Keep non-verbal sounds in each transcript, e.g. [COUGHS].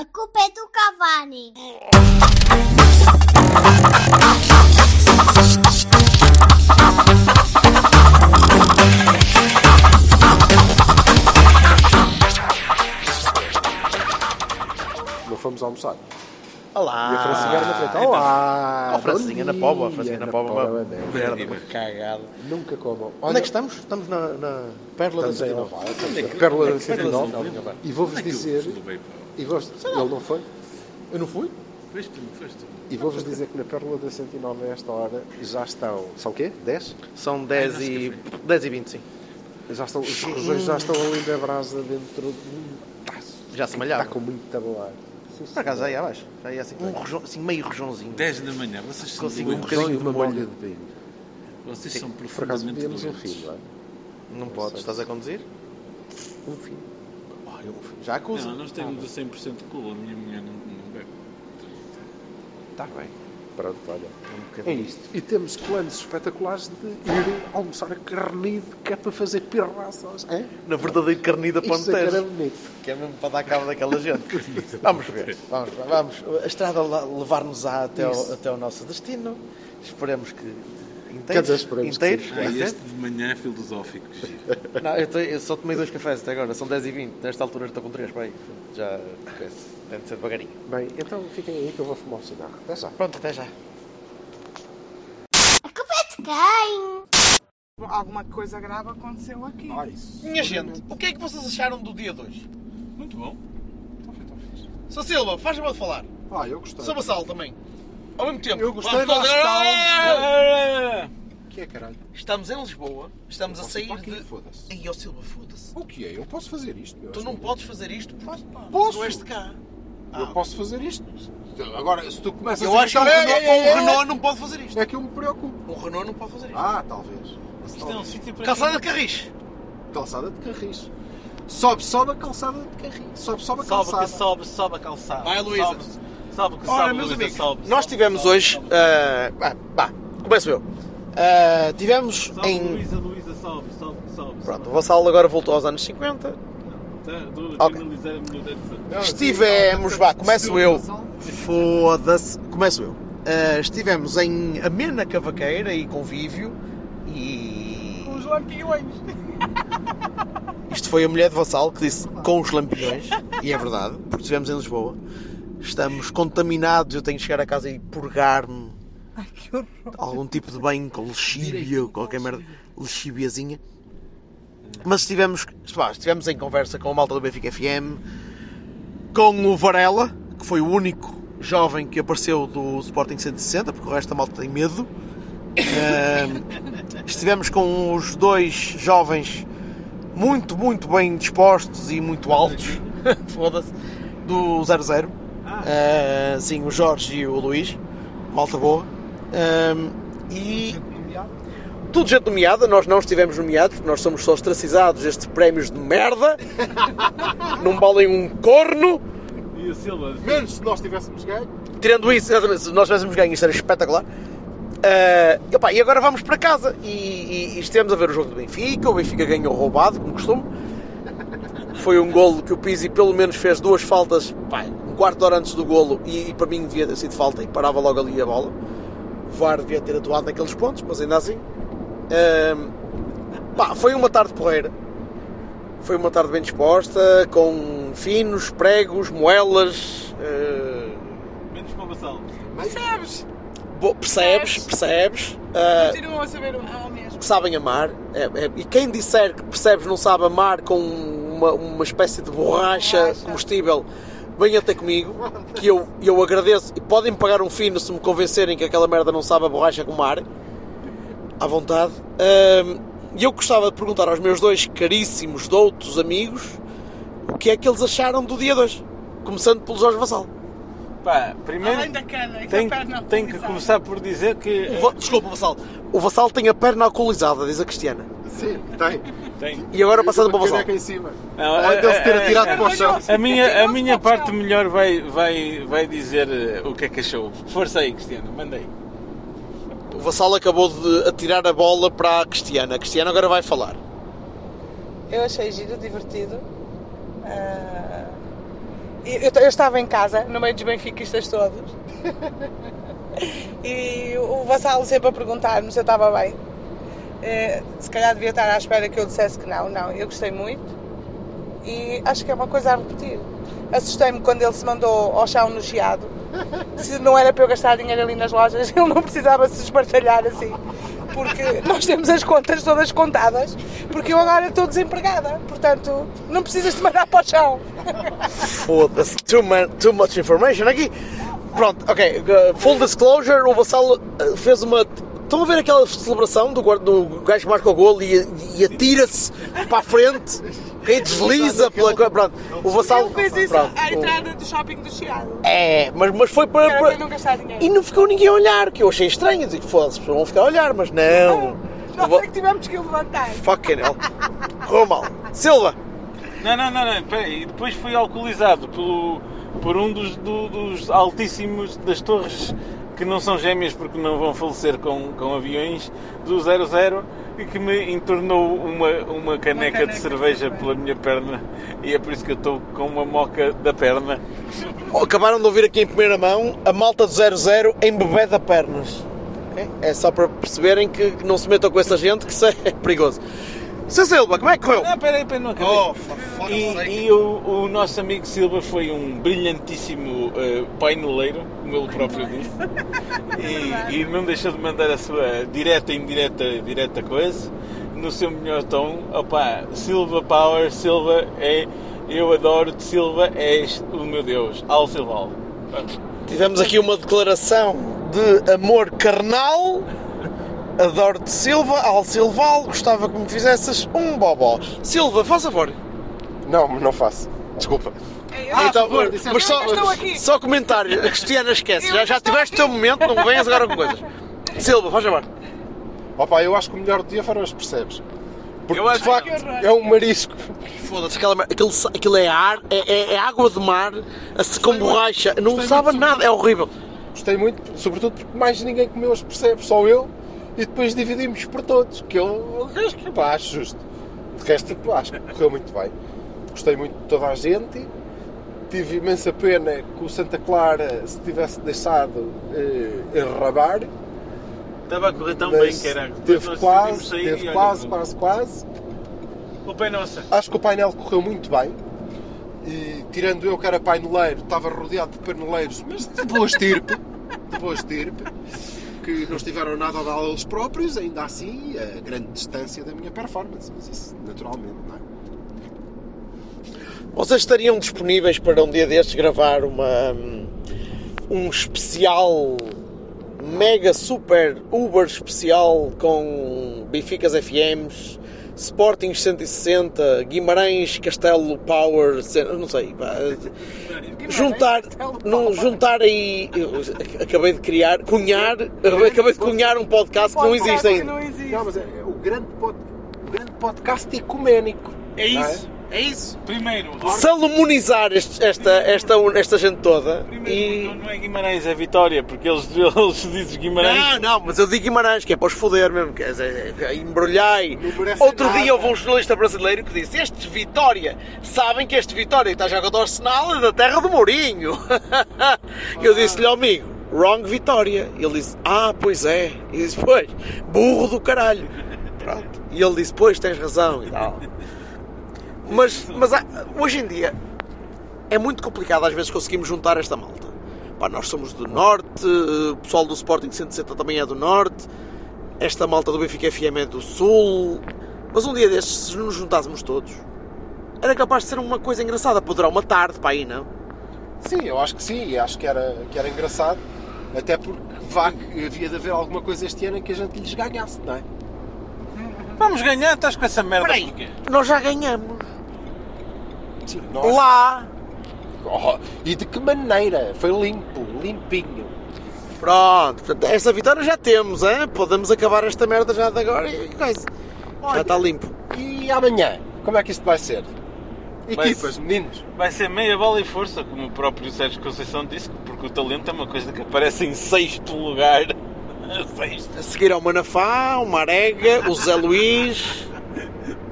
A culpa é do Cavani. Nós fomos almoçar. Olá. E a Francinha era na frente. Olá! Oh, a Francinha bom na Póvoa, a dia, Francinha na na Póvoa, Póvoa, uma né? merda, uma cagada. Nunca comam. Onde é que estamos? Estamos na, na Pérola da Estamos em Cidade. Alvalade, Onde é que- a Pérola onde é da que foi? Cidadão. E vou-vos dizer... E vou-vos... Ele não foi? Eu não fui? E vou-vos dizer que na Pérola da 109 a esta hora já estão... São o quê? 10? São 10 e, 10 e 25. Já estão... Os corrojões já estão ali na brasa dentro de um taço. Já se Está malharam. Tá com muito tabular. Por acaso, já ia abaixo. Tá Já ia assim, um rojão, assim meio rojãozinho. 10 da manhã, vocês são Consigo um doentes. Só bocadinho e de uma molho. molha de vinho. Vocês são Por acaso profundamente pedíamos um doentes. fim, não é? Não podes, estás a conduzir? Um fim. Ah, eu- Já acusa. Não, nós temos a 100% de cola, a minha mulher não, não bebe. Está bem. Pronto, olha. Um É bocadinho. isto. E temos planos espetaculares de ir almoçar a carnido que é para fazer pirraças. É? Na verdadeira carnida Isso é que era ponteira. bonito. Que é mesmo para dar cabo daquela gente. vamos ver. Vamos, vamos. A estrada lá- levar-nos-á até, ao- Isso. até o nosso destino. Esperemos que inteiros. Quer dizer, esperemos que inteiros. sim. Ah, quer dizer. este de manhã é filosófico. [LAUGHS] giro. Não, eu, tenho- eu só tomei dois cafés até agora, são 10 e 20 Nesta altura já estou com 3 para aí. Já coisa. tem de ser devagarinho. Bem, então fiquem aí que eu vou fumar o cigarro. Até já. Pronto, até já. A culpa é de quem? Alguma coisa grave aconteceu aqui. Minha gente, o que é que vocês acharam do dia de hoje? Muito bom. Sou Silva, faz-me de falar. Ah, eu gostei. Sou Bassal também. Ao mesmo tempo. Eu gostei, Vamos todos- O que é, caralho? Estamos em Lisboa, estamos a Posso sair ir para aqui? de. Foda-se. E ó Silva, foda-se. O que é? Eu posso fazer isto? meu? Tu não podes fazer isto porque pá, Posso. tu és de cá. Ah. Eu posso fazer isto? Agora, se tu começas Eu a acho que um gritar, "Ei, ei, ei, Renault, ei", um Renault não pode fazer isto. É que eu me preocupo. Um Renault não pode fazer isto. Ah, talvez. é Isto é um sítio para Calçada de carris. Calçada de carris. Sobe, sobe a calçada de carris. Sobe, sobe a Sobe calçada. que sobe, sobe a calçada. Vai, Luísa. Sobe, sobe que sobe, Ora, meus Luísa, amigos, sobe, nós sobe, tivemos sobe, hoje. sobe. ah, bah, bah, começo eu. Ah, tivemos Sobe, em. Luísa, Luísa, sobe, sobe, que sobe. Pronto, o sobe. Vassal agora voltou aos anos 50. Tá, Estou a Ok. finalizar a minha dança. Estivemos. Vá, começo eu. Foda-se. Começo eu. Ah, estivemos em Amena Cavaqueira e Convívio e. Os lampiões. Isto foi a mulher de Vassal que disse com os lampiões, e é verdade, porque estivemos em Lisboa. Estamos contaminados, eu tenho que chegar a casa e purgar-me Ai, que horror. algum tipo de bem com lexíbia, qualquer merda, lexibiazinha. Mas estivemos, pá, estivemos em conversa com a malta do Benfica FM, com o Varela, que foi o único jovem que apareceu do Sporting 160, porque o resto da malta tem medo. Ahm, estivemos com os dois jovens muito, muito bem dispostos e muito altos, foda-se, do 00. Ah, sim, o Jorge e o Luís, malta boa. Ahm, e tudo gente nomeada, nós não estivemos nomeados, porque nós somos só ostracizados estes prémios de merda, não valem um corno. E o Silva, Menos se nós tivéssemos ganho. Tirando isso, exatamente, se nós tivéssemos ganho, isto era espetacular. Ah, epá, e agora vamos para casa e, e- e estivemos a ver o jogo do Benfica. O Benfica ganhou roubado, como costume. Foi um golo que o Pizzi pelo menos fez duas faltas pá, um quarto de hora antes do golo e, e para mim devia ter sido falta e parava logo ali a bola. O VAR devia ter atuado naqueles pontos, mas ainda assim. ah, pá, foi uma tarde porreira. Foi uma tarde bem disposta, com finos, pregos, moelas. ah, menos para o Vassal. Sabes? Bo- percebes, percebes, ah, Continuam a saber ao mesmo. que sabem amar. É, é, e quem disser que percebes não sabe amar com uma, uma espécie de borracha Borracha. combustível, venha até comigo, que eu, eu agradeço. E podem pagar um fino se me convencerem que aquela merda não sabe a borracha com mar. À vontade. Ahm, E eu gostava de perguntar aos meus dois caríssimos doutos amigos o que é que eles acharam do dia de hoje. Começando pelo Jorge Vassal. Pá, Além primeiro da cana, e tenho, da perna tenho que alcoolizada. começar por dizer que. O Va- Desculpa, Vassal. O Vassal tem a perna alcoolizada, diz a Cristiana. Sim, tem. Tenho. E agora passando para o Vassal. Caneca em cima. Não, a- Além dele se ter a- atirado a- para o chão. é, A minha, a minha Não se pode parte falar. melhor vai, vai, vai dizer eh, o que é que achou. Força aí, Cristiano, mandei. O Vassal acabou de atirar a bola para a Cristiana. A Cristiana agora vai falar. Eu achei giro, divertido. Ah, e eu, eu estava em casa, no meio dos benfiquistas todos. [LAUGHS] e o Vassalo sempre a perguntar-me se eu estava bem. Eh, se calhar devia estar à espera que eu dissesse que não. Não, eu gostei muito. E acho que é uma coisa a repetir. Assustei-me quando ele se mandou ao chão no chiado. Se não era para eu gastar dinheiro ali nas lojas, [LAUGHS] ele não precisava se espartalhar assim. Porque nós temos as contas todas contadas. Porque eu agora estou desempregada. Portanto, não precisas te mandar para o chão. Foda-se, too, man- too much information aqui. Pronto, ok. uh, Full disclosure: o Vassal uh, fez uma. Estão a ver aquela celebração do, guarda- do gajo que marca o golo e, e atira-se para a frente? Que desliza pela coisa. Pronto, o Tá Vassal. Ele fez isso pronto, à o- entrada do shopping do Chiado. É, mas, mas foi Que para. era para eu não para- gastar E dinheiro. não ficou ninguém a olhar, que eu achei estranho. Eu Digo, foda-se, as pessoas vão ficar a olhar, mas não. O Nós Va- é que tivemos que o levantar. Fucking hell. Correu mal. Silva, Não, não, não, não, peraí. E Depois fui alcoolizado pelo, por um dos, do- dos altíssimos das torres que não são gêmeas porque não vão falecer com, com aviões do 00 e que me entornou uma, uma, caneca caneca de de cerveja cerveja. pela minha perna e é por isso que eu estou com uma moca da perna. acabaram de ouvir aqui em primeira mão a malta do 00 em bebé da pernas. ok? É só para perceberem que não se metam com essa gente, que isso é [LAUGHS] perigoso. Seu Silva, como é que correu? Não, peraí, peraí, não acabei. Oh, E, e o, o nosso amigo Silva foi um brilhantíssimo eh, painuleiro, como ele próprio [LAUGHS] disse, É e, e não deixou de mandar a sua direta, indireta, direta coisa, no seu melhor tom. Opá, Silva Power, Silva é. Eu adoro-te, Silva, és o meu Deus. Al Silval. Tivemos aqui uma declaração de amor carnal. Adoro de Silva, Al Silval, gostava que me fizesses um bobó. Silva, faz favor. Não, não faço. Desculpa. É, eu- favor, disseste- mas Eu já estou Ah, só, aqui. só comentário. A Cristiana esquece. Eu Já, já já estou tiveste o teu momento, não venhas agora com coisas. Silva, faz favor. Opa, eu acho que o melhor do dia foram os percebes. Porque Eu acho de facto é um marisco. Foda-se, aquela mer- aquilo, sa- aquilo é ar, é, é- é água de mar, assim, com borracha. Não sabe nada, é horrível. Gostei muito, sobretudo porque mais ninguém comeu os percebes, só eu. E depois dividimos por todos, que eu acho que pá, acho justo. De resto, pá, acho que correu muito bem. Gostei muito de toda a gente. Tive imensa pena que o Santa Clara se tivesse deixado eh, enrabar. Estava a correr tão mas bem, caralho. Depois Teve nós quase, decidimos sair e teve olha, quase, quase, quase. Culpa é nossa. Acho que o painel correu muito bem. E, tirando eu que era paineleiro, estava rodeado de paineleiros, mas de boa estirpe. De boa estirpe. Que não estiveram nada a dar a eles próprios, ainda assim, a grande distância da minha performance. Mas isso, naturalmente, não é? Vocês estariam disponíveis para um dia destes gravar uma, um especial mega super uber especial com Bificas FMs, Sporting 160, Guimarães Castelo Power, cen- não sei, pá, juntar, não, juntar aí, eu acabei de criar, cunhar, acabei de cunhar um podcast que não existe ainda. Não existe. Não, mas é, é o, grande pod, o grande podcast ecuménico. É não isso. É isso. Primeiro, Salomonizar este- esta, esta, esta gente toda Primeiro, e não é Guimarães, é Vitória, porque eles, [LAUGHS] eles dizem Guimarães. Não, não, mas eu digo Guimarães, que é para os foder mesmo, que é, é, é, embrulhai. Não merece Outro nada. dia houve um jornalista brasileiro que disse: Este Vitória, sabem que este Vitória que está a jogar do Arsenal é da terra do Mourinho. [LAUGHS] E eu disse-lhe ao amigo: Wrong Vitória. E ele disse: Ah, pois é. E eu disse: Pois, burro do caralho. Pronto. E ele disse: Pois, tens razão e tal. Mas, mas há- hoje em dia é muito complicado às vezes conseguimos juntar esta malta. Pá, nós somos do Norte, eh, o pessoal do Sporting 160 também é do Norte, esta malta do Benfica FM é do Sul. Mas um dia destes, se nos juntássemos todos, era capaz de ser uma coisa engraçada. Poderá uma tarde para aí, não? Sim, eu acho que sim, e acho que era, que era engraçado. Até porque vá que havia de haver alguma coisa este ano em que a gente lhes ganhasse, não é? Vamos ganhar, estás com essa merda. Peraí. porquê? Oh! Nós já ganhamos. Sim, nós, Lá, Oh, e de que maneira? Foi limpo, limpinho. Pronto, portanto, esta vitória já temos, hein? podemos acabar esta merda já de agora e coisa. já Olha, está limpo. E amanhã? Como é que isto vai ser? Vai Equipas, ser- meninos. Vai ser meia bola e força, como o próprio Sérgio Conceição disse, porque o talento é uma coisa que aparece em sexto lugar. [LAUGHS] Sexto. A seguir ao Manafá, o Marega, o Zé Luís,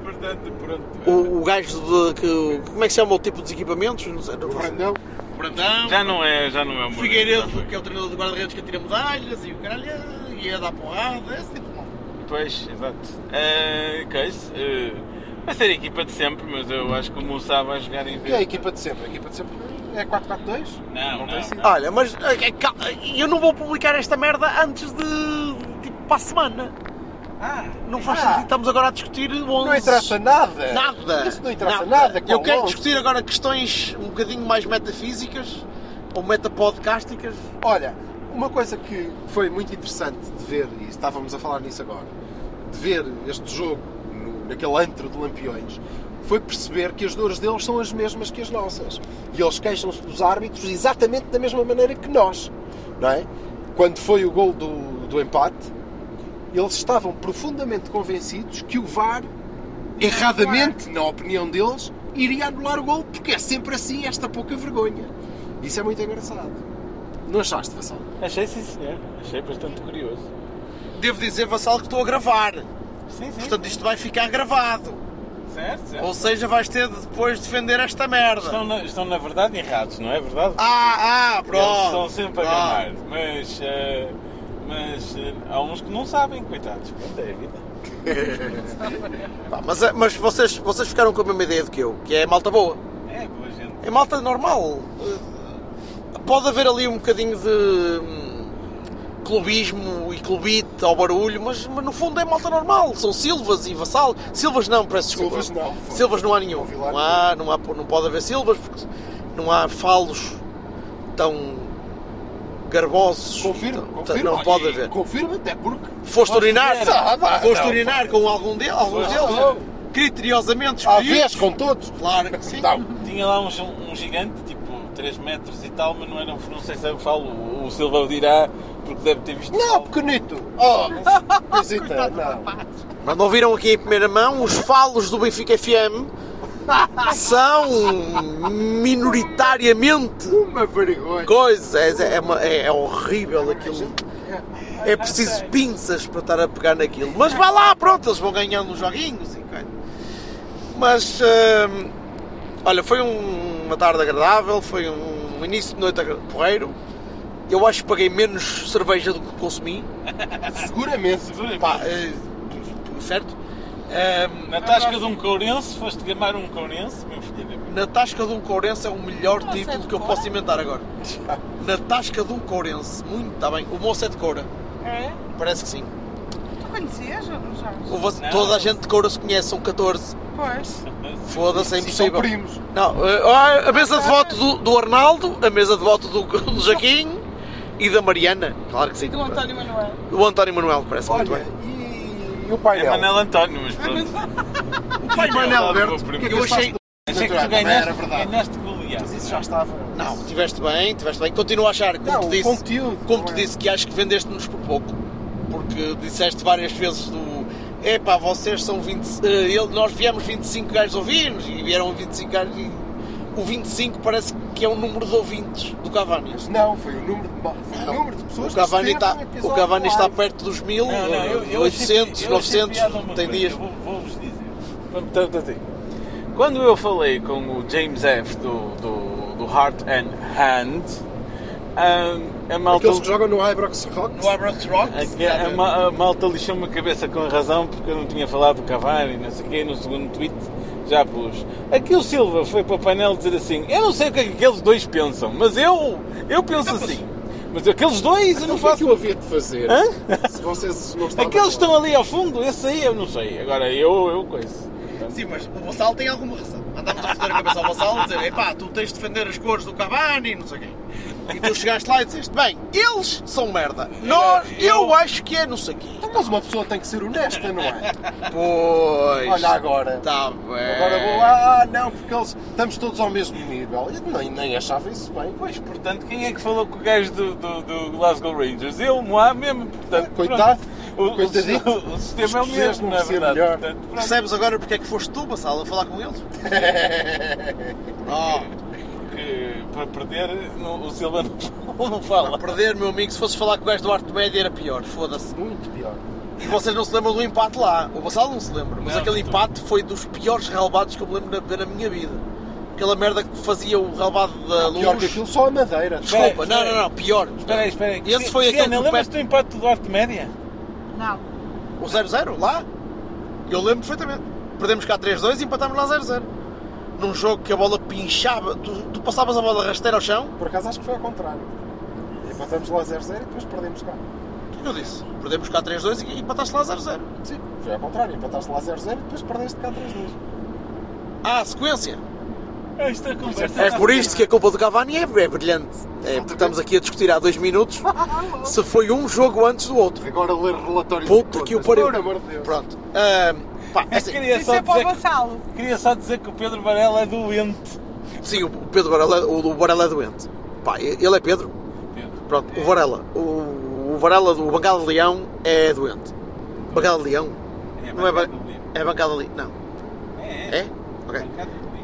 Portanto, pronto. o, o gajo de. que- como é que se chama o tipo dos equipamentos? Não sei, não sei. Não, Brandão, Já não é, já não é o Mourinho. que é o treinador do guarda-redes que atira medalhas e o caralho e a dar porrada, esse tipo de Pois, exato. Eh, Cois, eh, vai ser a equipa de sempre, mas eu acho que o Moussa vai jogar em E é a vez. equipa de sempre? A equipa de sempre é 4-4-2? Não, não. tem sido. Olha, mas eh, cal- eu não vou publicar esta merda antes de. tipo para a semana. Não faz sentido, estamos agora a discutir 11. Ah, Não interessa nada. Nada. Isso não interessa nada. é Eu quero discutir agora questões um bocadinho mais metafísicas ou metapodcásticas. Olha, uma coisa que foi muito interessante de ver, e estávamos a falar nisso agora, de ver este jogo no- naquele antro de lampiões, foi perceber que as dores deles são as mesmas que as nossas. E eles queixam-se dos árbitros exatamente da mesma maneira que nós. Não é? Quando foi o gol do, do empate, eles estavam profundamente convencidos que o VAR, erradamente, na opinião deles, iria anular o gol, porque é sempre assim esta pouca vergonha. Isso é muito engraçado. Não achaste, Vassal? Achei sim, senhor. Achei bastante curioso. Devo dizer, Vassal, que estou a gravar. Sim, sim. Portanto, isto vai ficar gravado. certo, certo. Ou seja, vais ter de depois defender esta merda. Estão na, estão na verdade errados, não é verdade? Ah, ah, Eles pronto. estão sempre a pronto. ganhar, mas, eh, mas eh, há uns que não sabem, coitados. Pronto, é a vida. Pá, mas é- mas vocês, vocês ficaram com a mesma ideia do que eu, que é malta boa. É, boa gente. É malta normal. Eh, Pode haver ali um bocadinho de hum, clubismo e clubite ao barulho, mas, mas no fundo é malta normal. São Silvas e Vassal. Silvas não, peço desculpa. Silvas não. Silvas não há nenhum. Não vi lá Não há, não, há, não pode haver Silvas porque não há falos tão garbosos. Confirmo, Então, confirmo. Não pode Olha, haver. Confirmo até porque. Foste urinar, Ah, pá, foste não, urinar com algum de, alguns Não, deles, criteriosamente À escolhidos. vez com todos. Claro que sim. Não. Tinha lá um, gi- um gigante, tipo 3 metros e tal, mas não era, não sei se eu falo, o, o Silva o dirá, porque deve ter visto. Não, mal. pequenito. Oh, visita. Não. Mas não viram aqui em primeira mão os falos do Benfica FM são minoritariamente Uma vergonha. coisa. É, é, uma- é- é horrível aquilo. É preciso pinças para estar a pegar naquilo. Mas vá lá, pronto, eles vão ganhando os joguinhos e coisa. Mas hum, olha, foi um- uma tarde agradável, foi um início de noite agra- porreiro. Eu acho que paguei menos cerveja do que consumi, Seguramente. pá, eh, certo? Hum, Na tasca de um courense, foste gamar um courense, meu filho. Na Tasca de um Courense é o melhor título que eu posso inventar agora. Na Tasca de um Courense, muito, está bem. O moço é de Coura, É? parece que sim. Tu conhecias, Jorge? O voce- Não. Toda a gente de Coura se conhece, são 14. Pois. Foda-se, é Sim, são impossível. primos. Não, eh, ah, a mesa de voto do, do Arnaldo, a mesa de voto do, do Jaquinho e da Mariana, claro que sim. E do António Manuel. Do António Manuel, parece muito Olha, bem. e, e o É painel? Manel António, mas [LAUGHS] pronto. O painel aberto. Eu O que é que Eu achaste achei. do- Achei que tu Natural, não ganhaste, era verdade. ganhaste goleado. Mas isso já estava. Não, tiveste bem, tiveste bem. Continuo a achar, como Não, te o disse. conteúdo. Como não te é? disse que acho que vendeste-nos por pouco, porque disseste várias vezes do epá, vocês são 20. eh, ele- nós viemos 25 gajos ouvir-nos e vieram 25 gajos e o 25 parece que é o número de ouvintes do Cavani. Mas Não, foi o número de, foi o número de pessoas O Cavani, que está, assistiram ao o episódio Cavani está live. perto dos 1000, Não, não, eu, eu 800, achei- eu achei 900, piada uma tem coisa, dias. eu vou- Vou-vos dizer. Vamos- tá- tá- tá. Quando eu falei com o James F. do, do, do Heart and Hand, hum, a, a malta. Aqueles que jogam no Ibrox Rocks. No Ibrox Rocks, A, a- a ma- a malta lixou-me a cabeça com razão porque eu não tinha falado do Cavani, não sei o quê, no segundo tweet já pus. Aqui o Silva foi para o painel dizer assim: Eu não sei o que é que aqueles dois pensam, mas eu, eu penso assim. Mas aqueles dois eu Então, não o que é que faço. eu havia de fazer? Hã? Se vocês não Aqueles É estavam que lá. estão ali ao fundo, esse aí eu não sei. Agora eu, eu coiso. Sim, mas o Vassal tem alguma razão. Andámos a foder a cabeça ao Vassal a dizer epá, tu tens de defender as cores do Cavani, não sei o quê. E tu chegaste lá e disseste, bem, eles são merda. Nós, eu acho que é não sei o quê. Mas uma pessoa tem que ser honesta, não é? Pois. Tá. Olha agora. Está bem. Agora vou, ah, não, porque eles estamos todos ao mesmo nível. Eu nem, nem achava isso bem. Pois, portanto, quem é que falou com o gajo do, do, do Glasgow Rangers? Ele, Moá, mesmo. Portanto, Coitado, pronto. O, o, coitadito. o- o sistema é o Os portugueses mesmo, não na percebem verdade. melhor. Portanto, pronto. Percebes agora porque é que foste tu, Bassal, a falar com [LAUGHS] eles? Oh, Porque para perder, não- o Silva não, [LAUGHS] não fala. a perder, meu amigo, se fosse falar com o gajo do Arte Média era pior, foda-se. Muito pior. E vocês não se lembram do empate lá. O Bassal não se lembra, mas Não, aquele não. empate foi dos piores ralbados que eu me lembro na, na minha vida. Aquela merda que fazia o ralbado da luz. Pior que aquilo só a madeira. Desculpa, Espera, não, espera. não, não, pior. Espera aí, espera aí. Esse foi Cristiano, aquele que o lembras-te do empate do Duarte Média? Não. O 0-0, lá? Eu lembro perfeitamente. Perdemos cá 3-2 e empatámos lá 0-0. Num jogo que a bola pinchava, tu, tu passavas a bola rasteira ao chão, Por acaso acho que foi ao contrário. Empatamos lá 0-0 e depois perdemos cá. o que eu disse? Perdemos cá 3-2 e empataste lá 0-0. Sim, foi ao contrário. Empataste lá 0-0 e depois perdeste cá 3-2. Ah, a sequência! Ah, Esta conversa É por isto que a culpa do Cavani é, é brilhante. É porque estamos aqui a discutir há dois minutos se foi um jogo antes do outro. Agora ler relatórios Puta que o pariu. Por amor de Deus. Pronto. Ah, pá, é assim, Queria Isso só, é para o dizer que, Vassalo. queria só dizer que o Pedro Varela é doente. sim, o Pedro Varela, o, o Varela é doente. Pá, ele é Pedro? Pronto, o Varela. O, o Varela do Bangala de Leão é doente. Bangala de Leão? Não é ba- É Bangala de Leão? Não. É? Ok.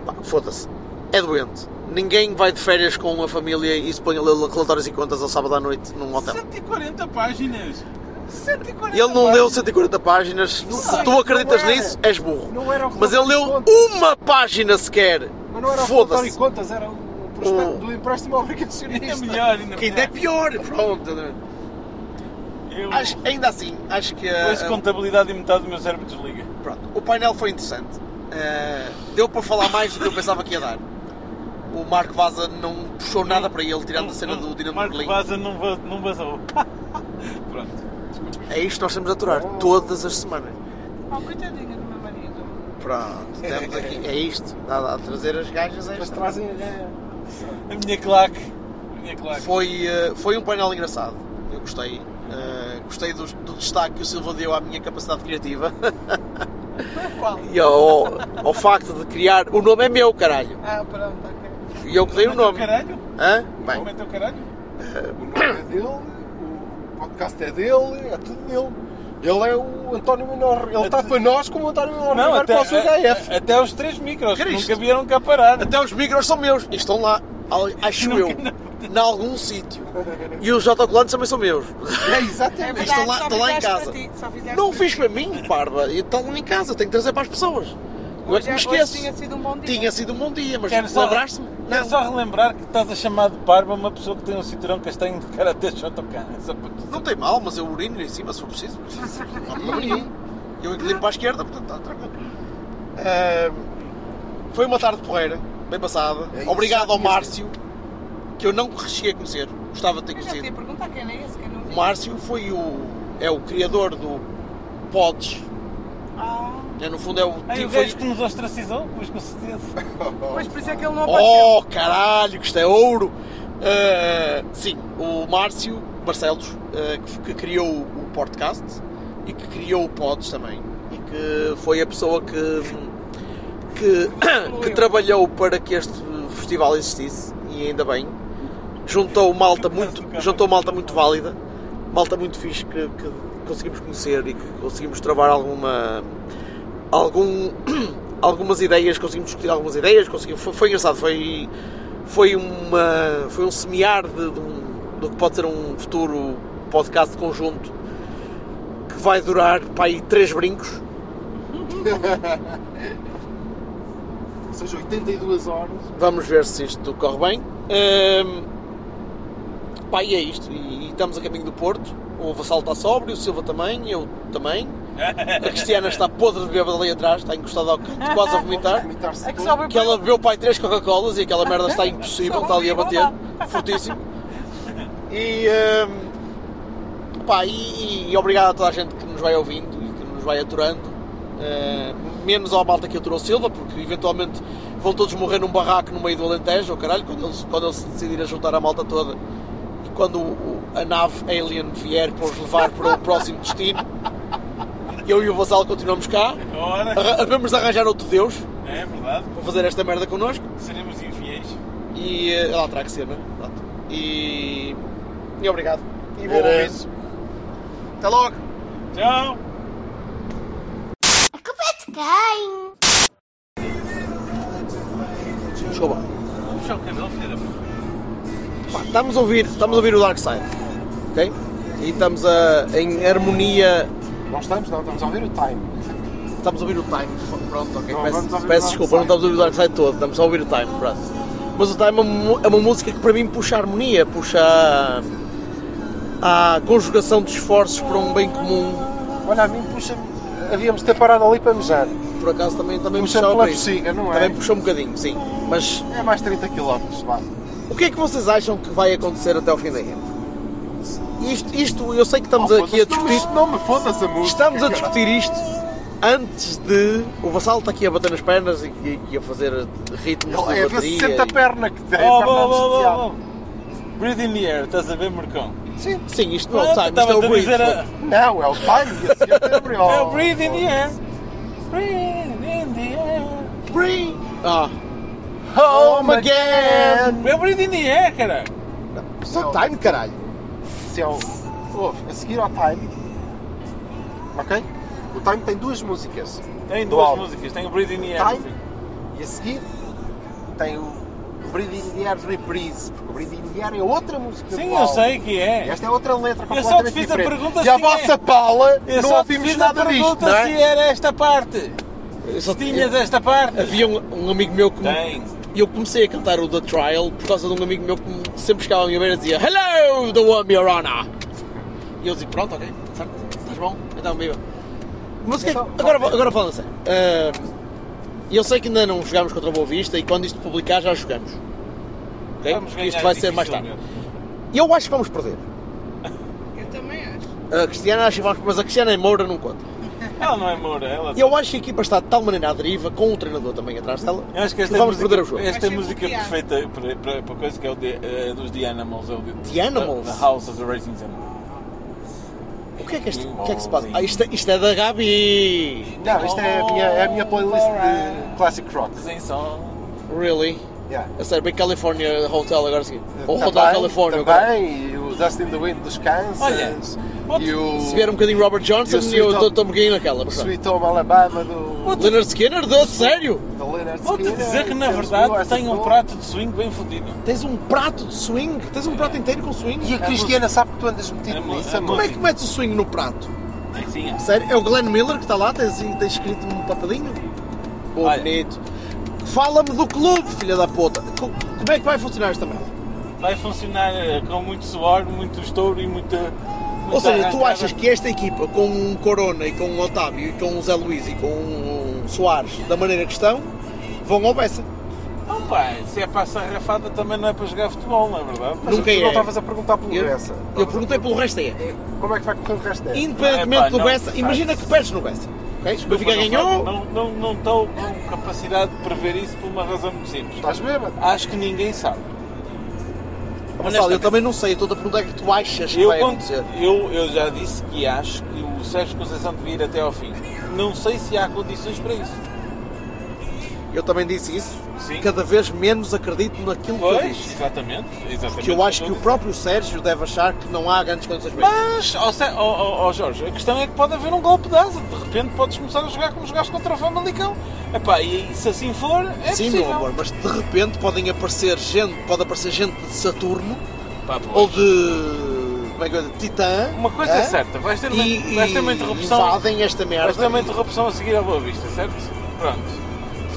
Pá, Foda-se. É doente. Ninguém vai de férias com a família e se põe a ler relatórios e contas ao sábado à noite num hotel. 140 páginas. 140 Ele não leu 140 páginas. Se tu acreditas não era. nisso, és burro. Não era o Mas ele leu relatório de uma página sequer. contas. Mas não era o relatório de Foda-se. Um. contas, era o prospecto O- do empréstimo É obrigacionista. melhor, ainda Que ainda é melhor. pior. Pronto. Eu- Acho- ainda assim, acho que a- Hoje contabilidade e metade do meu cérebro desliga. Pronto, o painel foi interessante. Eh, deu para falar mais do que eu pensava que ia dar. O Marco Vaza não puxou nada para ele, tirando a cena do Dinamo Marco Berlim. Vaza não, va- não vazou. [LAUGHS] Pronto. É isto que nós temos de aturar Oh. todas as semanas. Oh, coitadinho do meu marido. Pronto, estamos aqui. É isto. Dá a trazer as gajas a Mas esta. trazem. É, A minha claque. A minha claque. Foi, eh, foi um painel engraçado. Eu gostei. Eh, gostei do, do destaque que o Silva deu à minha capacidade [LAUGHS] criativa Qual? e ao, ao facto de criar. O nome é meu, caralho. Ah, pronto, ok. E eu que dei o Como é nome. teu caralho? Hã? Bem, Como é teu caralho? o nome é dele, o podcast é dele, é tudo dele. Ele é o António Menor. Ele está para nós como o António Menor Não, Ribeiro até, é- para o seu HF. a- até os três micros que Cristo. nunca vieram cá parar. Até os micros são meus e estão lá, al- acho eu, em algum sítio. E os autocolantes também são meus. [LAUGHS] É, exatamente. Mas estão lá- Só estão lá em fizeste casa. para ti, só é fizeste Não assim. para fiz para mim, parva. E Estão lá em casa, tenho que trazer para as pessoas. ti. Eu é que Hoje, me hoje esqueço. tinha sido um bom dia. Tinha sido um bom dia, mas Quero só- lembraste-me? Quero Não, É só relembrar que estás a chamar de barba uma pessoa que tem um cinturão castanho de cara até Shotokan. Só para tu- não tem mal, mas eu urino em cima se for preciso. Não há problema nenhum. Eu inclino para a esquerda, portanto está tranquilo. Ah, foi uma tarde porreira, bem passada. É isso, Obrigado já ao tinha Márcio, que eu não cheguei a conhecer. Gostava de ter Eu já te conhecido. ia perguntar quem é esse, quem não O vi. Márcio foi o, é o criador do Pods. Ah, É, no fundo é o Aí o tipo. gajo que nos ostracizou, pois com certeza. [LAUGHS] pois por isso é que ele não apareceu. Oh caralho, que isto é ouro! Uh, sim, o Márcio Barcelos, uh, que, que criou o podcast e que criou o Pods também. E que foi a pessoa que, que, [COUGHS] que trabalhou para que este festival existisse e ainda bem. Juntou malta muito, juntou malta muito válida, malta muito fixe que, que conseguimos conhecer e que conseguimos travar alguma algum, [COUGHS] algumas ideias, conseguimos discutir algumas ideias, conseguimos, foi, foi engraçado, foi, foi, uma, foi um semear de, de um- do que pode ser um futuro podcast conjunto que vai durar para aí três brincos. Ou seja, 82 horas. Vamos ver se isto corre bem. Ahm, pá, e é isto. E, e estamos a caminho do Porto. O Vassal está sóbrio, o Silva também, eu também. A Cristiana está podre de bêbada ali atrás, está encostada ao canto, quase a vomitar. Vomitar-se É que todo. só vai que ela bebeu pai três Coca-Colas e aquela merda está impossível, está ali a bater, fortíssimo. E, hum, pá, e, e obrigado a toda a gente que nos vai ouvindo e que nos vai aturando Uh, menos ao malta que aturou Silva, porque eventualmente vão todos morrer num barraco no meio do Alentejo, oh, caralho, quando eles, quando eles decidirem juntar a malta toda e quando o- o- a nave alien vier para os levar para o próximo destino, eu e o Vasal continuamos cá, arra- vamos arranjar outro Deus É verdade. para fazer esta merda connosco Seremos infiéis. e eh, lá terá que ser, não é? Pronto. E, e obrigado. E bom Era ouvir. Até logo! Tchau! Quem? Desculpa. Vamos ao canal, filha da puta. Pá, estamos a ouvir, estamos a ouvir o Dark Side, ok? E estamos a, em harmonia, Nós estamos, não, estamos a ouvir o time. estamos a ouvir o Time, f- pronto, ok, Não, peço, vamos ouvir o peço Dark desculpa, não estamos a Side. ouvir o Dark Side todo, estamos só a ouvir o Time, pronto. Mas o Time é uma, mu- é uma música que para mim puxa a harmonia, puxa a, a conjugação de esforços para um bem comum, É Olha, a mim puxa Havíamos de ter parado ali para mejar. por acaso também, também Puxa puxava pela para isso. bexiga, não é? Também puxou um bocadinho, sim. Mas É mais 30 km, vá. o que é que vocês acham que vai acontecer até ao fim da rede? Isto, isto, eu sei que estamos Oh, aqui a foda-se, não, discutir. isto Não me fodas a música. Estamos a caralho. discutir isto antes de. O Vassal está aqui a bater nas pernas e, e- e a fazer ritmos Ele é de bateria. a ver se sente a e- perna que É tem. Oh, para bom, andar bom, anestesiado. bom, bom. Breathe in the air, estás a ver, Marcão? Sim, isto não é o time, isto é Pronto, o estava-te a breathe. dizer a- Não, é o time. esse é o tempo. É o breathe in the air. Breathe in the air. Breathe. Ah, Oh. Home again. again. É o breathe in the air, cara. isto é o time, caralho. Se é o... Ouve, a seguir ao time. Ok? O time tem duas músicas. Tem duas Uau. músicas, tem o breathe in the air. Time. E a seguir tem o Breathe in the Air Reprise. Porque o Breathe in the Air é outra música. Sim, do eu álbum. sei que E é. Esta é outra letra Eu completamente só te fiz a diferente. pergunta E a se é. vossa pala, Eu só não te ouvimos fiz a nada disto, pergunta não é? se era esta parte. Eu só- Se tinhas esta parte. Havia um, um amigo meu que me- Tem. e eu comecei a cantar o The Trial por causa de um amigo meu que me- sempre chegava à minha beira e dizia Hello, the one your honor! E eu dizia, pronto, ok, certo, estás bom? Então, viva. Mas o que é que- Então, agora, ok. agora falando a sério. ah, eu sei que ainda não jogámos contra a Boa Vista e quando isto publicar já jogamos. ok? Vamos Porque ganhar né? isto vai ser mais tarde. dificilmente. E eu acho que vamos perder. Eu [LAUGHS] também acho. A Cristiana acha que vamos mas a Cristiana é Moura não conta. Ela não é Moura, ela E eu acho que a equipa está de tal maneira à deriva, com o treinador também atrás dela, Eu acho que esta vamos música, é perder o jogo. Esta Vai ser música bloqueado. perfeita para, para, para coisa que é o de, eh, dos The Animals. É o de, The Animals? The, House of the Racing Animals. O que é que, este, o que, é que se passa? Ah, isto, é- isto é da Gabi! Não, isto é a minha, é a minha playlist de classic rock. Sem som. Really? Yeah. A sério, bem California Hotel agora a seguir. Ou Hotel Também- California agora. Também, e o Dust in the Wind dos Kansas. Olha, e o Se vier um bocadinho Robert Johnson E e eu o Sweet dou Home- um bocadinho naquela. mas pronto. Sweet Home Alabama do, Leonard Skinner? De, sério? do Leonard Skinner. Vou-te dizer que na temos o verdade Arthur tem um Gold. prato de swing bem fodido. Tens um prato de swing? Tens um prato inteiro com swing? E a Cristiana sabe que tu andas É metido mu- nisso, é amor. Como é que metes o swing no prato? É sim, é. Sério? É o Glenn Miller que está lá? Tens, tens escrito um papadinho? Pô, Olha. bonito. Fala-me do clube, filha da puta. Co- Como é que vai funcionar esta merda? Vai funcionar eh, com muito suor, muito estouro e muita. muita Ou seja, tu arrancada. achas que esta equipa, com um Corona e com um Otávio e com um Zé Luís e com um Soares, da maneira que estão, vão ao Bessa? Não, pá, se é para a sarrafada também não é para jogar futebol, não é verdade? Mas Nunca tu é. não estavas a perguntar pelo Eu- Bessa. Eu perguntei pelo resto aí. Como é que vai correr o resto dela? Independentemente Epá, do não Bessa, faz. imagina que perdes no Bessa. ok? O Benfica Mas ganhou. Não, não, não estou com capacidade de prever isso por uma razão muito simples. Estás bêbado? Acho que ninguém sabe. Marcelo, eu também não sei. Eu estou a perguntar o que é que tu achas que Eu, vai quando- acontecer. eu, eu já disse que acho que o Sérgio Conceição devia ir até ao fim. Não sei se há condições para isso. Eu também disse isso. Sim. Cada vez menos acredito naquilo que eu Pois, disse. exatamente. exatamente Que eu acho que Tudo. o próprio Sérgio deve achar que não há grandes condições para isso. Mas, ó Sé- ó- ó- ó Jorge, a questão é que pode haver um golpe de asa. De repente podes começar a jogar como jogaste contra o Famalicão. Epá, e se assim for, é Sim, possível. meu amor, mas de repente podem aparecer gente, pode aparecer gente de Saturno Pá, pois. ou de como é que eu digo, Titã. Uma coisa é hã? certa, vais ter uma, E, vais ter uma e interrupção. invadem esta merda. Vais ter uma interrupção a seguir à boa vista, certo? Pronto.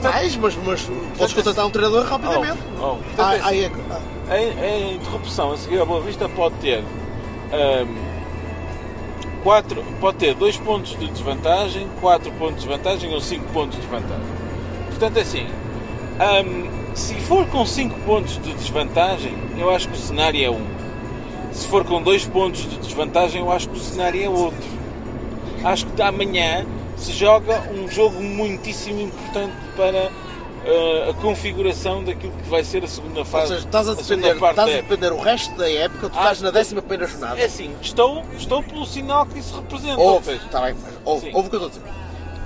Vais, mas, mas podes contratar um treinador rapidamente. Oh, oh, portanto, Ah, é assim. aí é que- ah, A, a interrupção a seguir à Boa Vista pode ter, ahm, quatro, pode ter dois pontos de desvantagem, quatro pontos de vantagem ou cinco pontos de vantagem. Portanto, é assim, ahm, se for com cinco pontos de desvantagem, eu acho que o cenário é um. Se for com dois pontos de desvantagem, eu acho que o cenário é outro. Acho que amanhã se joga um jogo muitíssimo importante para eh, a configuração daquilo que vai ser a segunda Ou fase. seja, estás a segunda defender, parte estás da a época. defender o resto da época, tu Ah, estás na décima primeira jornada. É assim, estou, estou pelo sinal que isso representa. ou Ouve, seja, está bem, mas ouve, Sim. Uhum. ouve o que eu estou a dizer.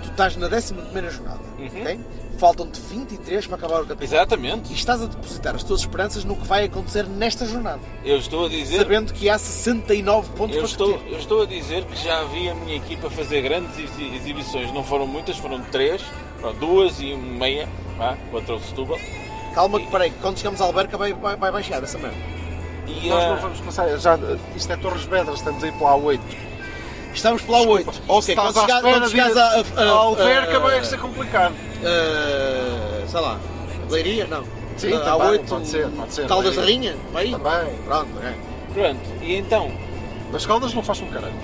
Tu estás na 11 jornada, ok? Faltam-te 23 para acabar o campeonato. Exatamente. E estás a depositar as tuas esperanças no que vai acontecer nesta jornada, eu estou a dizer sabendo que há 69 pontos Eu para estou, discutir. eu estou a dizer que já vi a minha equipa fazer grandes exi- exibições, não foram muitas, foram três, pronto, duas e meia vá, contra o Setúbal. Calma, que parei, quando chegamos à alberca vai, vai, vai baixar essa merda. E, Nós ah, não vamos passar. Já, isto é Torres Vedras, estamos aí pela A8. Estamos pela 8. Ou se estás à espera de ir a, à Alverca, vai ser complicado. a- sei lá, Leiria? Não. Sim, a, também, 8, tá pode ser, pode ser. Caldas da Leiria. Rinha? Vai aí? Também. Pronto, é. pronto, e então, Mas Caldas não faz um caralho.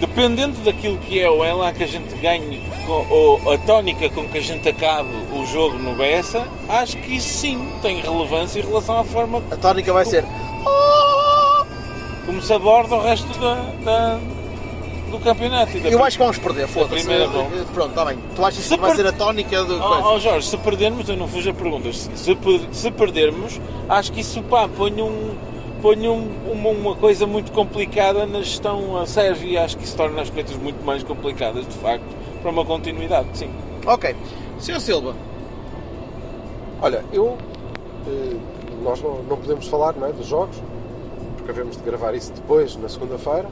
dependendo daquilo que é o ela que a gente ganhe com- ou a tónica com que a gente acabe o jogo no Bessa, acho que isso sim tem relevância em relação à forma A tónica vai ser. como se aborda o resto da, da- do campeonato. E da é Eu acho que vamos perder, foda-se. Eh, primeira volta. Pronto, está bem. Tu achas que Se vai per- ser a tónica do. Ah, Ó coisa? ó, Jorge, se perdermos, eu não fujo a perguntas. Se, se per- se perdermos, acho que isso pá, põe, um, põe um- uma, uma coisa muito complicada na gestão a Sérgio e acho que isso torna as coisas muito mais complicadas, de facto, para uma continuidade, sim. Ok. Sr. Silva, Olha, eu. eh, Nós não, não podemos falar não é, dos jogos, porque havemos de gravar isso depois, na segunda-feira.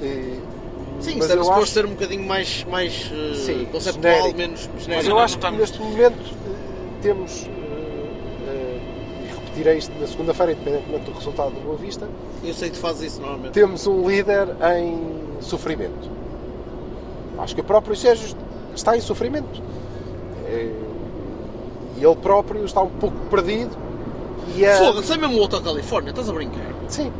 E- sim, mas isso era eu suposto acho- ser um bocadinho mais, mais eh, Sim, conceptual, genérico. menos Mas genérico. eu acho que tá- estamos- neste momento eh, temos, eh, eh, e repetirei isto na segunda-feira, independentemente do resultado do Boa Vista, Eu sei que tu fazes isso normalmente. temos um líder em sofrimento. Acho que o próprio Sérgio está em sofrimento. Eh, E ele próprio está um pouco perdido. E a- Foda-se, é mesmo o Hotel Califórnia, estás a brincar? Sim,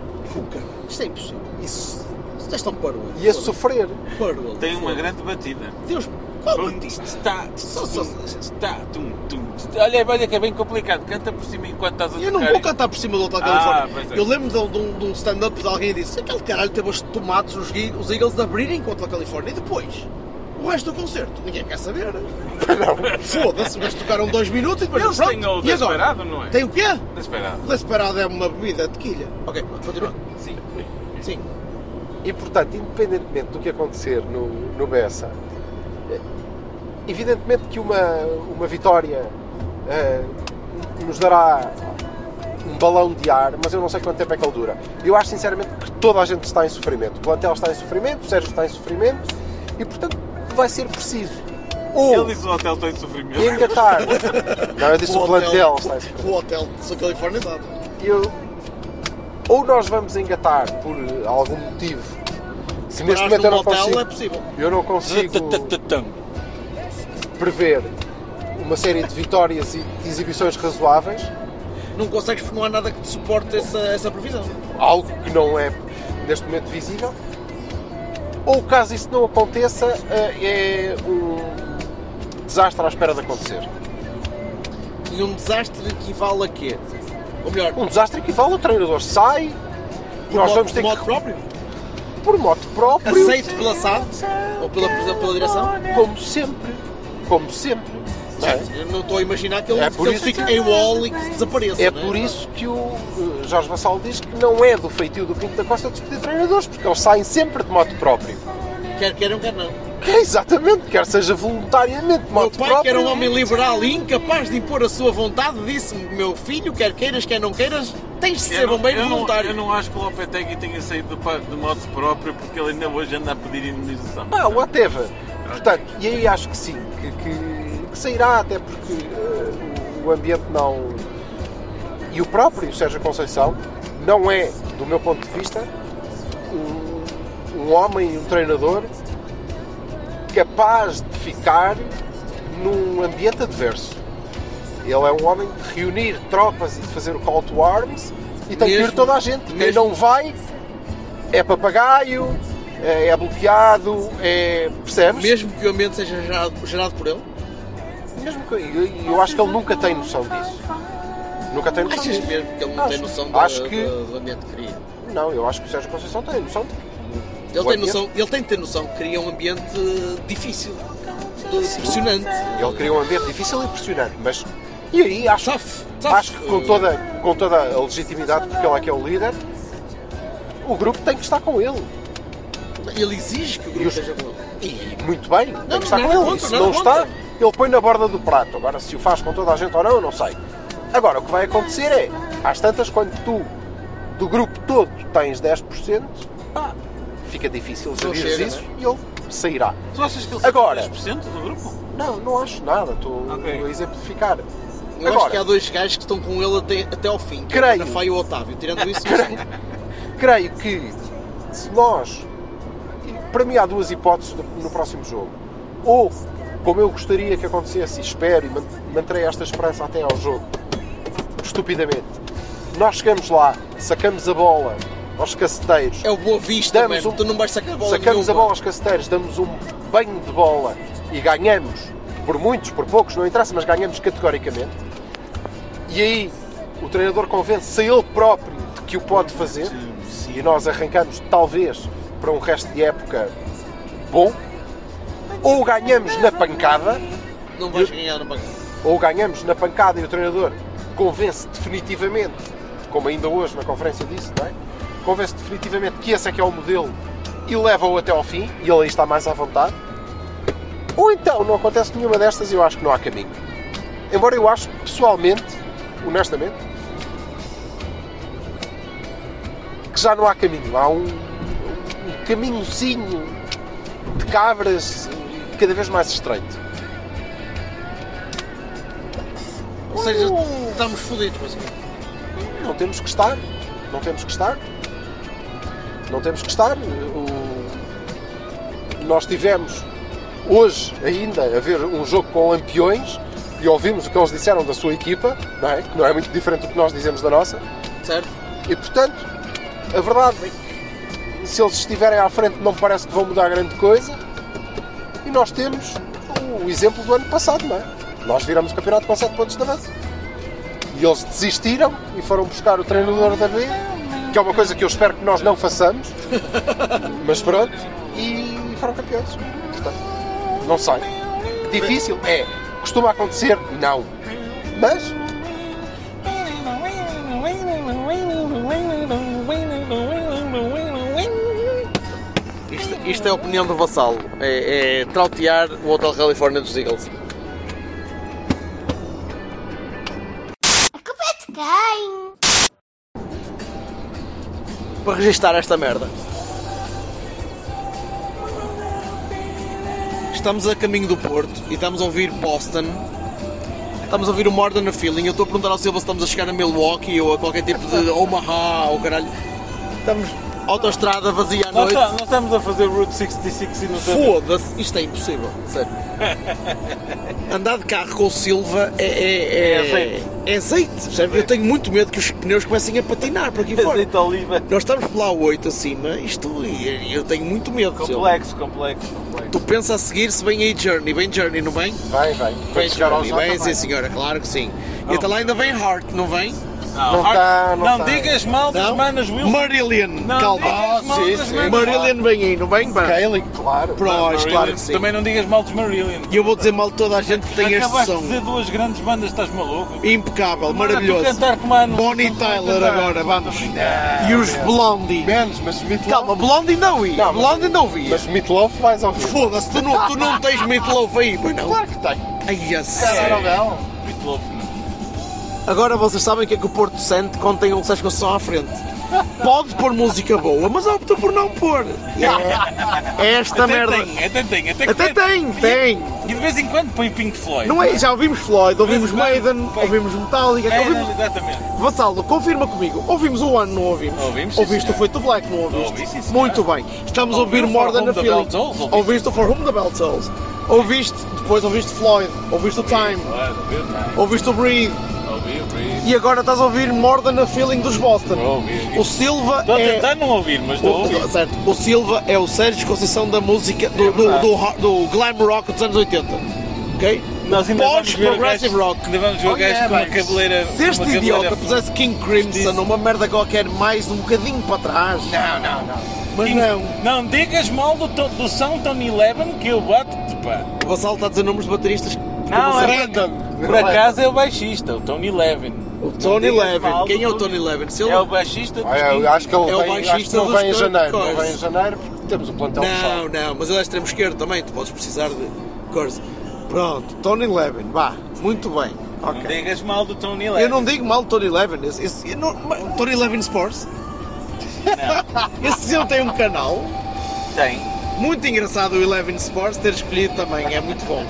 Isto é impossível. isso. Isto estás tão paroa. E a sofrer. paroa. Tem uma grande batida. Deus, qual é Bum, batista? está, Só- só- está, tum, tum, tum. Olha, olha que é bem complicado. Canta por cima enquanto estás a Eu não tocar. vou cantar por cima do Hotel Ah, Califórnia. pois é. Eu lembro de, um- de um, de um stand-up de alguém que disse: aquele caralho teve os tomates, os, Eag- os Eagles de abrirem com o Hotel Califórnia e depois. O resto do concerto, ninguém quer [LAUGHS] saber. Foda-se, os gajos tocaram dois minutos e depois. Eles pronto, têm o e agora? desesperado, não é? Tem o quê? Desesperado. O desesperado é uma bebida de quilha. Ok, [LAUGHS] continua. Sim. Sim. E portanto, independentemente do que acontecer no, no Bessa, eh, evidentemente que uma, uma vitória eh, nos dará um balão de ar, mas eu não sei quanto tempo é que ele dura. Eu acho sinceramente que toda a gente está em sofrimento. O plantel está em sofrimento, o Sérgio está em sofrimento e portanto vai ser preciso Ele ou diz o hotel tem [LAUGHS] sofrimento. engatar. Não, eu disse o, plantel está em sofrimento O hotel de São Califórnia está. eu, ou nós vamos engatar por eh, algum motivo. Se neste Parar momento num eu não hotel consigo, é possível. eu não consigo Ratatatam. prever uma série de vitórias e de exibições razoáveis, Não consegues porque não há nada que te suporte essa, essa previsão. algo que não é neste momento visível. Ou caso isso não aconteça, eh, é um desastre à espera de acontecer. E um desastre equivale a quê? Ou melhor, Um desastre que vale o treinador sai, por nós modo- vamos ter por que modo próprio? por moto próprio. Aceito pela SAD? Ou pela, pela direção? Como sempre. Como sempre. não é? Certo, eu não estou a imaginar que ele, É que por ele isso fique que- em wall e que desapareça. É não por isso que o eh, Jorge Vassal diz que não é do feitio do Pinto da Costa despedir treinadores, porque eles saem sempre de moto próprio. Quer queiram, quer não. Que é exatamente, quer seja voluntariamente de Meu moto pai, que próprio. era um homem liberal e incapaz de impor a sua vontade, disse-me: Meu filho, quer queiras, quer não queiras, tens de ser Eu não- bombeiro eu não- voluntário. Eu não acho que o Lopetegui tenha saído de, pa- de modo próprio porque ele ainda hoje anda a pedir indemnização. Ah, whatever. Portanto, e aí acho que sim, que, que- que sairá, até porque eh, o ambiente não. E o próprio Sérgio Conceição não é, do meu ponto de vista, um, um homem e um treinador capaz de ficar num ambiente adverso. Ele é um homem de reunir tropas e de fazer o call to arms e tem que ir Mesmo- toda a gente. E Quem mesmo- não vai é papagaio, é, é bloqueado, é. percebes? Mesmo que o ambiente seja gerado, gerado por ele. Mesmo que, eu, eu acho que ele nunca tem noção disso. Nunca tem noção Achas disso. mesmo que ele não tem Acho- noção acho da- que- da- do ambiente que cria? Não, eu acho que o Sérgio Conceição tem noção de que Ele tem, noção, ele tem de ter noção que cria um ambiente difícil, impressionante. Ele cria um ambiente difícil e impressionante, mas. E aí acho, acho que eh, com toda, com toda a legitimidade, porque ele é que é o líder, o grupo tem que estar com ele. Ele exige que o grupo esteja com ele. E muito bem, tem que estar nada com ele. contra, se nada não contra. está, ele põe na borda do prato. Agora, se o faz com toda a gente ou não, eu não sei. Agora, o que vai acontecer é, às tantas, quando tu, do grupo todo, tens 10%, pá, fica difícil Não gerir chega, é? isso né? e ele sairá. Tu achas que ele Agora, 10% do grupo? não, não acho nada, estou a exemplificar. Eu acho que há dois gajos que estão com ele até, até ao fim, que é o Creio. Manafá e o Otávio. Tirando isso, Creio. creio que se nós. Para mim, há duas hipóteses no, no próximo jogo. Ou, como eu gostaria que acontecesse, e espero e man- manterei esta esperança até ao jogo, estupidamente, nós chegamos lá, sacamos a bola aos caceteiros. É o Boa Vista, damos um- mano. Tu não vais sacar bola Sacamos nenhuma. a bola aos caceteiros, damos um banho de bola e ganhamos. Por muitos, por poucos, não interessa, mas ganhamos categoricamente. E aí o treinador convence-se a ele próprio de que o pode fazer e nós arrancamos, talvez, para um resto de época bom. Ou ganhamos na pancada, não vais ganhar no banco. ou ganhamos na pancada e o treinador convence definitivamente, como ainda hoje na conferência disse, não é? convence definitivamente que esse é que é o modelo e leva-o até ao fim e ele aí está mais à vontade. Ou então não acontece nenhuma destas e eu acho que não há caminho. Embora eu acho pessoalmente, honestamente, que já não há caminho. Há um, um caminhozinho de cabras cada vez mais estreito. Ou seja, Uh! estamos fodidos, mas Não temos que estar. Não temos que estar. Não temos que estar. O- Nós tivemos hoje ainda a ver um jogo com lampiões e ouvimos o que eles disseram da sua equipa, não é? que não é muito diferente do que nós dizemos da nossa. Certo. E portanto, a verdade é que se eles estiverem à frente não me parece que vão mudar grande coisa. E nós temos o exemplo do ano passado, não é? Nós viramos o campeonato com 7 pontos de avanço. E eles desistiram e foram buscar o treinador da B, que é uma coisa que eu espero que nós não façamos, [LAUGHS] mas pronto, e foram campeões. Portanto, não sei. Difícil? É. Costuma acontecer? Não. Mas Isto, isto é a opinião do Vassalo. É, é trautear o Hotel California dos Eagles. Quem? Para registar esta merda. Estamos a caminho do Porto e estamos a ouvir Boston. Estamos a ouvir o More Than a Feeling. Eu estou a perguntar ao Silva se estamos a chegar a Milwaukee ou a qualquer tipo de Omaha ou caralho. Estamos. Autostrada vazia à Nós, noite. tá- nós estamos a fazer Route 66 e não estamos. Foda-se, isto é impossível, sério. Andar de carro com o Silva é. É, É azeite. é azeite, percebe? Eu tenho muito medo que os pneus comecem a patinar por aqui fora. Azeite oliva. Nós estamos pela 8 acima, isto. e Eu tenho muito medo. Silva. Complexo, complexo, complexo. Tu pensa a seguir se vem aí Journey, vem Journey, não vem? vai, vai. Vem Quando chegar ao Journey, Jota, vem, sim vai. senhora, claro que sim. E até lá ainda vem Heart, não vem? Não está, ah, não está. digas mal das Não? manas Wilson. Marillion, Não calma. Ah, digas mal das manas- Marillion vem aí, não vem? pá? Kaelin, claro. Prós, Marillion. claro que sim. Também não digas mal dos Marillion. E eu vou dizer mal de toda a gente que tem este Acabaste de som. dizer duas grandes bandas, estás maluco? Impecável, Mano, maravilhoso. tu cantar com mano. Bonnie Tu Tyler cantar. agora, vamos. E os Blondie. Menos, mas Meatloaf. Calma, Blondie não ouvi. Não, mas- Blondie não ouvi. Mas Meatloaf vais ouvir. Foda-se, tu não, tu não tens meatloaf aí, pois não? Claro que tem. Ai, É, a sério. Era não. Muito louco, não. é? Agora vocês sabem o que é que o Porto sente quando tem um Sesco só à frente. Pode pôr música boa, mas opta por não pôr. É Esta Até merda. tem, até tem, até que Até tem. tem, tem. E de vez em quando põe Pink Floyd. Não é? Já ouvimos Floyd, ouvimos Mas bem, Maiden, bem. ouvimos Metallica, É, ouvimos exatamente. Vassalo, confirma comigo. Ouvimos o ano, não ouvimos? Ouvimos, sim, Ouviste o senhor. Feito Black, não ouviste? Ouvi, sim, senhor. Muito bem. Estamos a ouvir Ouvi o More For Than Whom a the Feeling. Bell Tolls, ouvi. Ouviste o For Whom the Bell Tolls. Ouviste, depois ouviste Floyd. Ouviste o Time. Claro, ouviu, tá. Ouviste o Breathe. Ouviu, ouviu. E agora estás a ouvir More Than a Feeling dos Boston. Ouviu. O Silva Estou a é... tentar não ouvir, mas estou a ouvir. É O, certo. O Silva é o Sérgio Conceição da música, do, do, do, do glam rock dos anos 80. Ok? Nós ainda vamos Podes ver o progressive gajo- rock. Ainda vamos ver o Oh, yeah, gajo com uma mate. cabeleira. Se este uma cabeleira idiota funda. pusesse King Crimson Justiça. uma merda qualquer mais um bocadinho para trás. Não, não, não. Mas não. Não digas mal do, to- do Soundtown Eleven que eu bato-te, pá. O Vassal está a dizer números de bateristas. Não, é Random. Por acaso é o baixista, o Tony Levin. O Tony Levin. Quem é o Tony Levin? Se ele- É o baixista dos Ah, eu acho que ele É o vem, acho que baixista não dos vem em Dirt janeiro. Não Cars. vem em janeiro porque temos o plantel fechado. Não, não, mas ele é extremo esquerdo também, tu podes precisar de coisa. Pronto, Tony Levin, vá, muito bem. Não Ok. digas mal do Tony Levin. Eu não é? digo mal de Tony Levin, esse, esse- eu não- ma- Tony Levin Sports. esse senhor tem um canal Tem. muito engraçado, o Eleven Sports, ter escolhido também, é muito bom.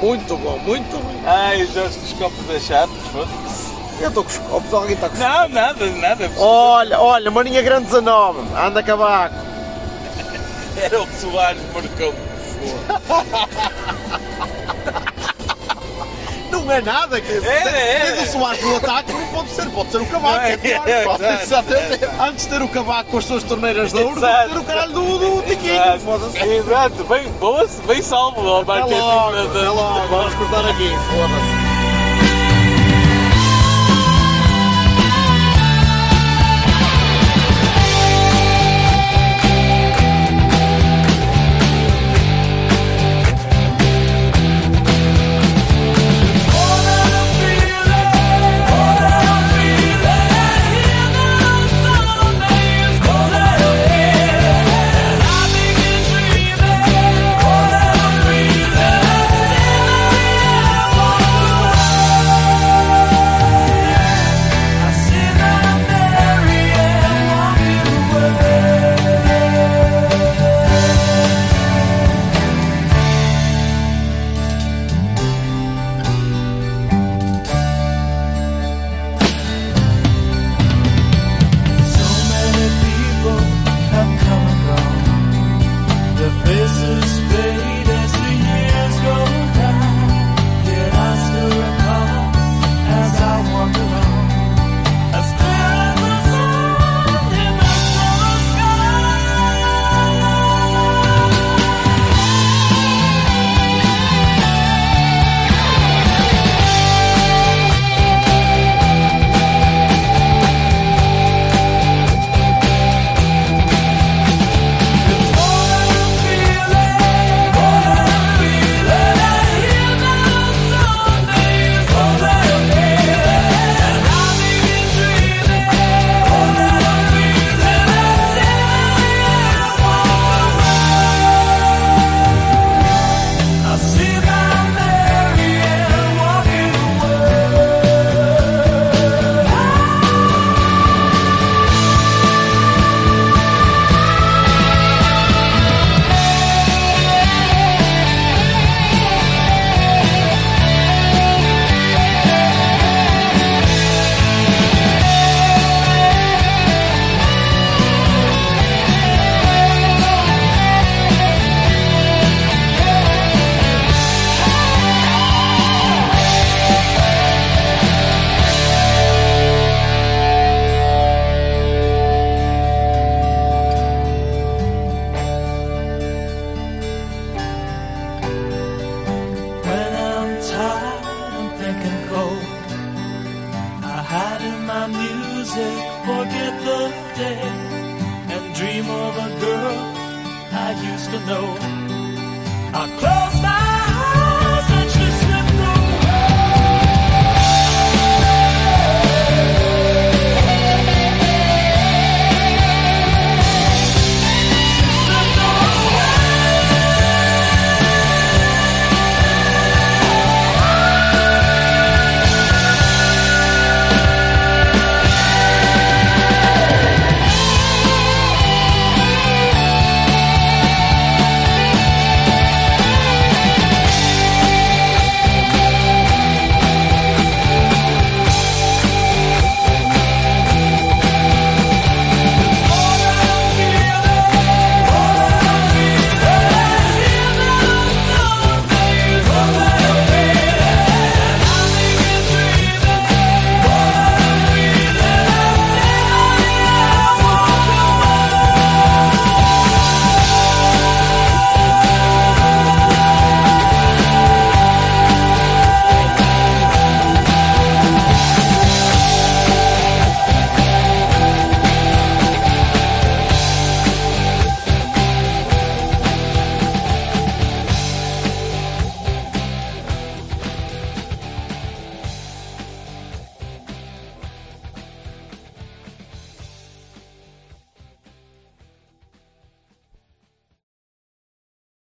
Muito bom, muito bom. Ai, os jogos com os copos da chata, foda-se. Eu estou com os copos, alguém está com os Não, nada, nada. Olha, olha, Maninha Grande 19, anda cabaco. Era o Soares marcou. Foda-se. Não é nada, que É, é. Tens o soar no ataque, não pode ser, pode ser o cavaco, é pior. É, é, Pode exato, ser, Antes de ter o cavaco com as suas torneiras de ouro, Exato. ter o caralho do, do tiquinho, foda-se. Exato, bem, boa, bem salvo. ó, Até bate logo, assim na- até logo, vamos cortar aqui, foda-se. and dream of a girl I used to know. I close